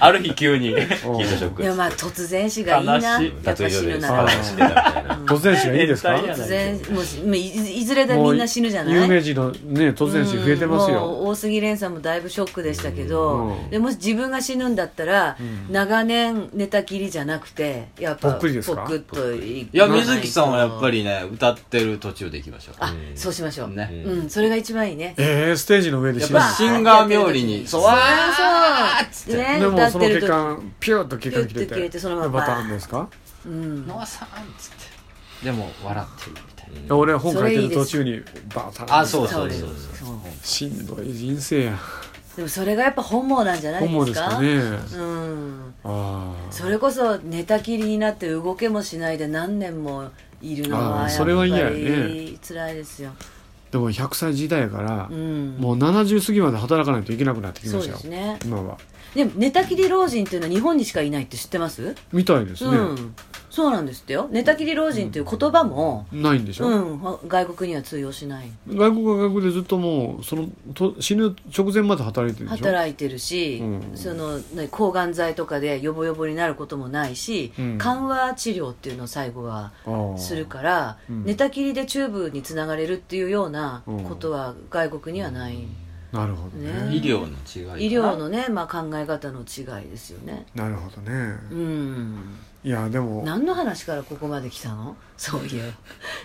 Speaker 2: ある日急 にヒートショック
Speaker 3: でもまあ突然死がいいなや
Speaker 2: 悲し
Speaker 3: っ
Speaker 2: い
Speaker 3: ぱ死ぬな
Speaker 1: あ
Speaker 3: ら
Speaker 1: ー突然死がいいですか
Speaker 3: 突然もうしもういずいずれでみんな死ぬじゃない
Speaker 1: もう有名人のね突然死増えてます
Speaker 3: うんも
Speaker 1: よ
Speaker 3: う大杉蓮さんもだいぶショックでしたけど、
Speaker 1: うん
Speaker 3: でもし自分が死ぬんだったら、
Speaker 1: うん
Speaker 3: 長年寝たきりじゃなくてやっぱ
Speaker 2: ぽっくりですか
Speaker 3: ぽっくっとい
Speaker 2: いや水木さんはやっぱりね歌ってる途中でいきましょうあ
Speaker 3: そうしましょう、
Speaker 2: ね
Speaker 3: うん、それが一番いいね
Speaker 1: えー、ステージの上で
Speaker 2: やっ
Speaker 1: 死
Speaker 2: ぱシンガー冥利にそうわー
Speaker 3: そうそうね
Speaker 1: でも
Speaker 3: 歌っ
Speaker 1: その
Speaker 3: て
Speaker 1: 血
Speaker 3: る時
Speaker 1: 管ピューッと血管切れ
Speaker 3: ピュ
Speaker 1: て
Speaker 3: ッと切れてそのまま
Speaker 1: バターンですか
Speaker 3: うん
Speaker 2: ノアさんっつってでも笑ってるみたいな
Speaker 1: 俺本書いてる途中にバターン
Speaker 2: あそうそうそうそう
Speaker 1: しんどい人生や
Speaker 3: でもそれがやっぱ本望なんじゃない
Speaker 1: 本望
Speaker 3: で
Speaker 1: ですす
Speaker 3: か
Speaker 1: かね
Speaker 3: うん
Speaker 1: あ
Speaker 3: それこそ寝たきりになって動けもしないで何年もいるの
Speaker 1: あー
Speaker 3: はや
Speaker 1: そ
Speaker 3: っ
Speaker 1: れは嫌や
Speaker 3: ぱり
Speaker 1: ね
Speaker 3: 辛いですよ、
Speaker 1: ーでも100歳時代やから、
Speaker 3: うん
Speaker 1: もう70過ぎまで働かないといけなくなってきましたよ
Speaker 3: そうですね
Speaker 1: 今は
Speaker 3: でも寝たきり老人っていうのは日本にしかいないって知ってます
Speaker 1: みたいですね、
Speaker 3: うんそうなんですってよ寝たきり老人っていう言葉も、
Speaker 1: ないんでしょ、
Speaker 3: うんは外国には通用しない
Speaker 1: 外国は外国でずっともうそのと死ぬ直前まで働いてるでしょ
Speaker 3: 働いてるし、
Speaker 1: うん
Speaker 3: そのね抗がん剤とかでヨボヨボになることもないし、
Speaker 1: うん
Speaker 3: 緩和治療っていうのを最後は
Speaker 1: あー
Speaker 3: するから、
Speaker 1: うん
Speaker 3: 寝たきりでチューブにつながれるっていうようなことは外国にはない、
Speaker 1: なるほどね
Speaker 3: ね
Speaker 2: 医療の違い
Speaker 3: 医療のね、まあ、考え方の違いですよね
Speaker 1: なるほどね
Speaker 3: うん
Speaker 1: いやでも
Speaker 3: 何の話からここまで来たのそうい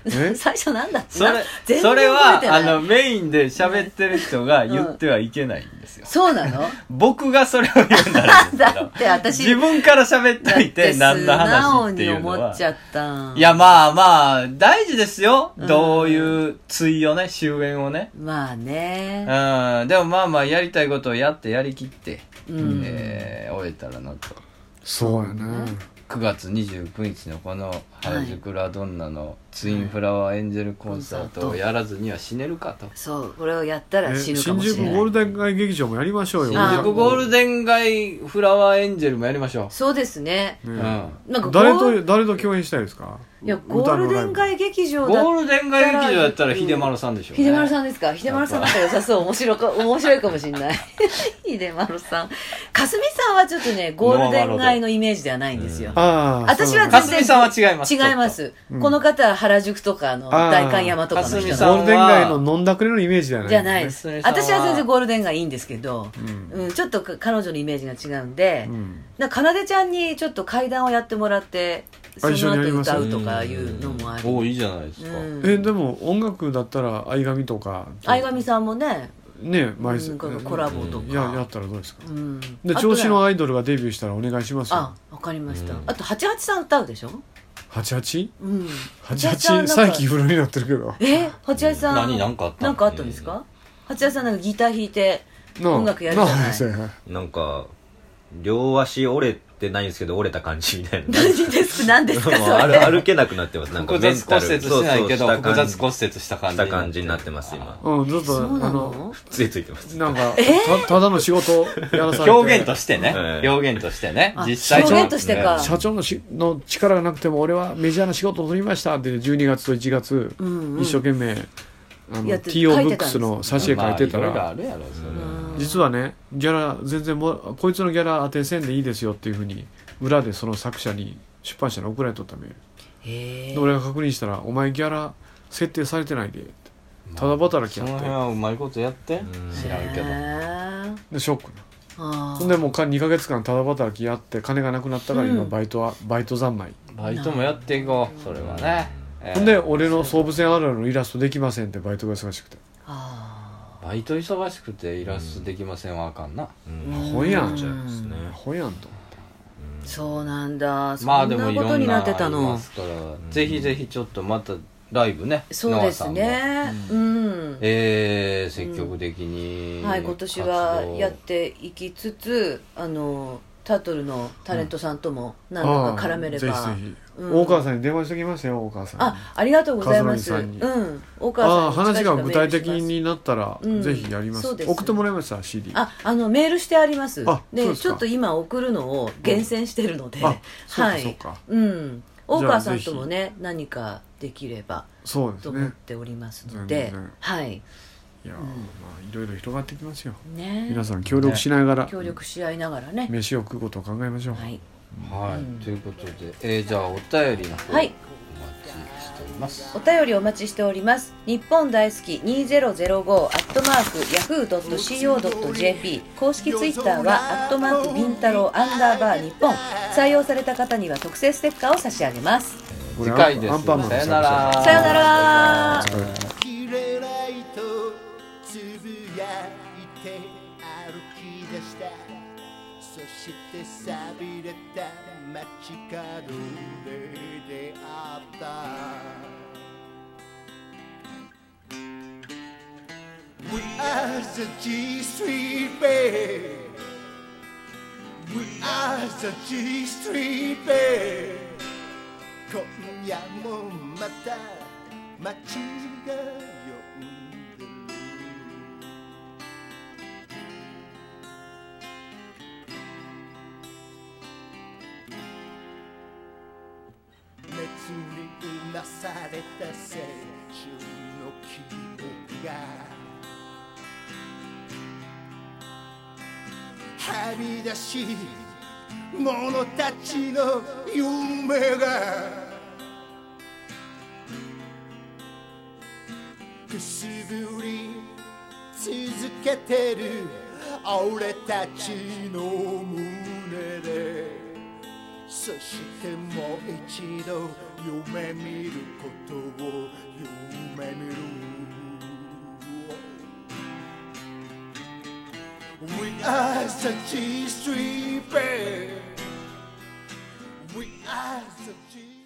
Speaker 1: え
Speaker 3: う 最初なんだっ
Speaker 2: それそれはあのメインで喋ってる人が言ってはいけ ないんですよ、
Speaker 3: そうなの
Speaker 2: 僕がそれを言うんだ
Speaker 3: だって私
Speaker 2: 自分から喋っといて何の話っていうの
Speaker 3: 素直に思
Speaker 2: は
Speaker 3: っちゃった
Speaker 2: いやまあまあ大事ですよ、どういう対をね終焉をね
Speaker 3: まあね
Speaker 2: うんでもまあまあやりたいことをやってやりきって、
Speaker 3: うん
Speaker 2: えー終えたらなと
Speaker 1: そうやな
Speaker 2: 9月29日のこの原宿ラドンナのツインフラワーエンジェルコンサートをやらずには死ねるかと
Speaker 3: そうこれをやったら
Speaker 1: え
Speaker 3: 死ぬ
Speaker 1: 新
Speaker 3: かもし
Speaker 1: 宿
Speaker 3: れない
Speaker 1: ゴールデン街劇場もやりましょうよ
Speaker 2: 新宿ゴールデン街フラワーエンジェルもやりましょ
Speaker 3: そうですね
Speaker 2: う、
Speaker 1: うん
Speaker 3: なんか
Speaker 1: 誰
Speaker 3: ゴー
Speaker 1: と誰と共演したいですか
Speaker 3: いやゴールデン街劇場だ
Speaker 2: ゴールデン街劇場だったら秀丸さんでしょうね
Speaker 3: 秀丸さんですか秀丸さんだったら良さそう面白か面白いかもしれない 秀丸さんかすみさんはちょっとねゴールデン街のイメージではないんですよ、
Speaker 1: ああ
Speaker 3: 私は
Speaker 2: かすみさんは違います
Speaker 3: 違います、この方は原宿とかあの代官山とかの人
Speaker 1: ゴ
Speaker 3: なんです
Speaker 1: ールデン街の飲んだくれのイメージじゃない
Speaker 3: じゃないです
Speaker 1: すね
Speaker 3: 私は全然ゴールデン街いいんですけど、うんちょっとか彼女のイメージが違うんで、なんかなでちゃんにちょっと階段をやってもらってその
Speaker 1: あ一緒にやり
Speaker 3: 後
Speaker 1: ます
Speaker 3: 歌うとかいうのもあり、
Speaker 2: おおいいじゃないですか、
Speaker 1: えでも音楽だったら相上とか
Speaker 3: 相上さんもね
Speaker 1: ね毎
Speaker 3: う
Speaker 1: 週
Speaker 3: んこのコラボとか
Speaker 1: いややったらどうですか
Speaker 3: うん
Speaker 1: で
Speaker 3: あと
Speaker 1: 調子の
Speaker 3: ね
Speaker 1: アイドルがデビューしたらお願いしますよ
Speaker 3: あわかりました、あと88さん歌うでしょうん
Speaker 1: 88?88
Speaker 3: さんなん
Speaker 1: 最
Speaker 3: か
Speaker 1: 近フルになってるけど
Speaker 3: え88さん
Speaker 1: 何なんかあった
Speaker 3: なんかあったんですか88さんなんかギター弾いて音楽やるじゃない
Speaker 5: なんか両足折れてないんですけど折れた感じみたいな
Speaker 3: 何です何ですか
Speaker 5: もう
Speaker 3: それ
Speaker 5: 歩歩けなくなってますなんか
Speaker 2: 複雑
Speaker 5: メンタル
Speaker 2: 骨折してないけど
Speaker 5: そうそう
Speaker 2: 複雑
Speaker 5: した感じした感じになってます今
Speaker 1: うんちょっとあの
Speaker 5: ついついてます
Speaker 1: なんかたただの仕事をやらされて
Speaker 2: 表現としてね、表現としてね実際
Speaker 1: 社長のしの力がなくても俺はメジャーな仕事を取りましたって12月と1月、
Speaker 3: うんうん
Speaker 1: 一生懸命あの
Speaker 3: やって
Speaker 1: TO
Speaker 3: 書い
Speaker 1: ブ
Speaker 3: て
Speaker 1: ック
Speaker 3: たん
Speaker 1: ス
Speaker 3: です
Speaker 1: の挿絵書いてたら、
Speaker 2: まあいろいろあるやろそれ
Speaker 1: 実はねギャラ全然もこいつのギャラ当てせんでいいですよっていうふうに裏でその作者に出版社に送られとったメール
Speaker 3: へ
Speaker 1: で俺が確認したら「お前ギャラ設定されてないで」ってただ働き
Speaker 2: そ
Speaker 1: や
Speaker 2: の
Speaker 1: って
Speaker 2: 辺はうまいことやって知らんけど
Speaker 1: でショックな
Speaker 3: あ
Speaker 1: ほんでもうか2か月間ただ働きやって金がなくなったから今
Speaker 2: うん
Speaker 1: バイトは、バイト三昧
Speaker 2: バイトもやっていこうそれはね、えー
Speaker 1: ほんで俺の総武線あるあるのイラストできませんってバイトが忙しくて
Speaker 2: バイト忙しくてイラストできませんはあかんな、
Speaker 1: アホやんアホやんと
Speaker 3: そうなんだそん
Speaker 2: まあ
Speaker 3: な
Speaker 2: でもい
Speaker 3: こ
Speaker 2: ろ
Speaker 3: と
Speaker 2: ん
Speaker 3: に
Speaker 2: な
Speaker 3: な
Speaker 2: あ
Speaker 3: ってた
Speaker 2: りま
Speaker 3: の
Speaker 2: すから、ぜひぜひちょっとまたライブね
Speaker 3: そうですねうん
Speaker 2: えー、積極的に、
Speaker 3: はい、今年はやっていきつつあのタートルのタレントさんとも何
Speaker 1: あ
Speaker 3: と
Speaker 1: あ
Speaker 3: か絡めれば、
Speaker 1: ぜひぜひ、
Speaker 3: うん
Speaker 1: 大川さんに電話してきましたよ大川さんに
Speaker 3: あありがとうございますう
Speaker 1: カズレーザー
Speaker 3: ん大
Speaker 1: あ
Speaker 3: 川
Speaker 1: あ
Speaker 3: さんに
Speaker 1: 話が具体的
Speaker 3: 近々メールし
Speaker 1: になったら、
Speaker 3: うん
Speaker 1: ぜひやります
Speaker 3: そうです
Speaker 1: 送ってもらいました CD
Speaker 3: ますああのメールしてあります
Speaker 1: あそう
Speaker 3: で
Speaker 1: ですか
Speaker 3: ちょっと今送るのを厳選してるので、
Speaker 1: うんあそうか
Speaker 3: はい
Speaker 1: そうか
Speaker 3: ん大川さんともね何かできれば
Speaker 1: そうですね
Speaker 3: と思っておりますので
Speaker 1: 全然
Speaker 3: はい
Speaker 1: いやー、まあいろいろ広がってきますよ、
Speaker 3: ね
Speaker 1: 皆さん協力しながら、
Speaker 3: 協力し合いながらね
Speaker 1: 飯を食うことを考えましょう
Speaker 3: はい、
Speaker 2: はい、ということで、えー、じゃあお便りの方、
Speaker 3: はい
Speaker 2: お待ちしております
Speaker 3: お便りお待ちしております日本大好き2005アットマーク yahoo.co.jp 公式ツイッターはアットマークビンタロウアンダーバー日本採用された方には特製ステッカーを差し上げます
Speaker 2: 次回です
Speaker 1: アンパンマン
Speaker 2: さよなら
Speaker 3: さよなら
Speaker 1: お疲れ様
Speaker 8: 切れないとつぶやいて歩き出したそして寂れた街角で出会った We are the G Street Band We are the G Street Band 今夜もまた街が呼んでるうなされた青春の記憶がはみ出し者たちの夢がくすぶり続けてる俺たちの胸でそしてもう一度夢見ることを夢見る We are such a street band We are such a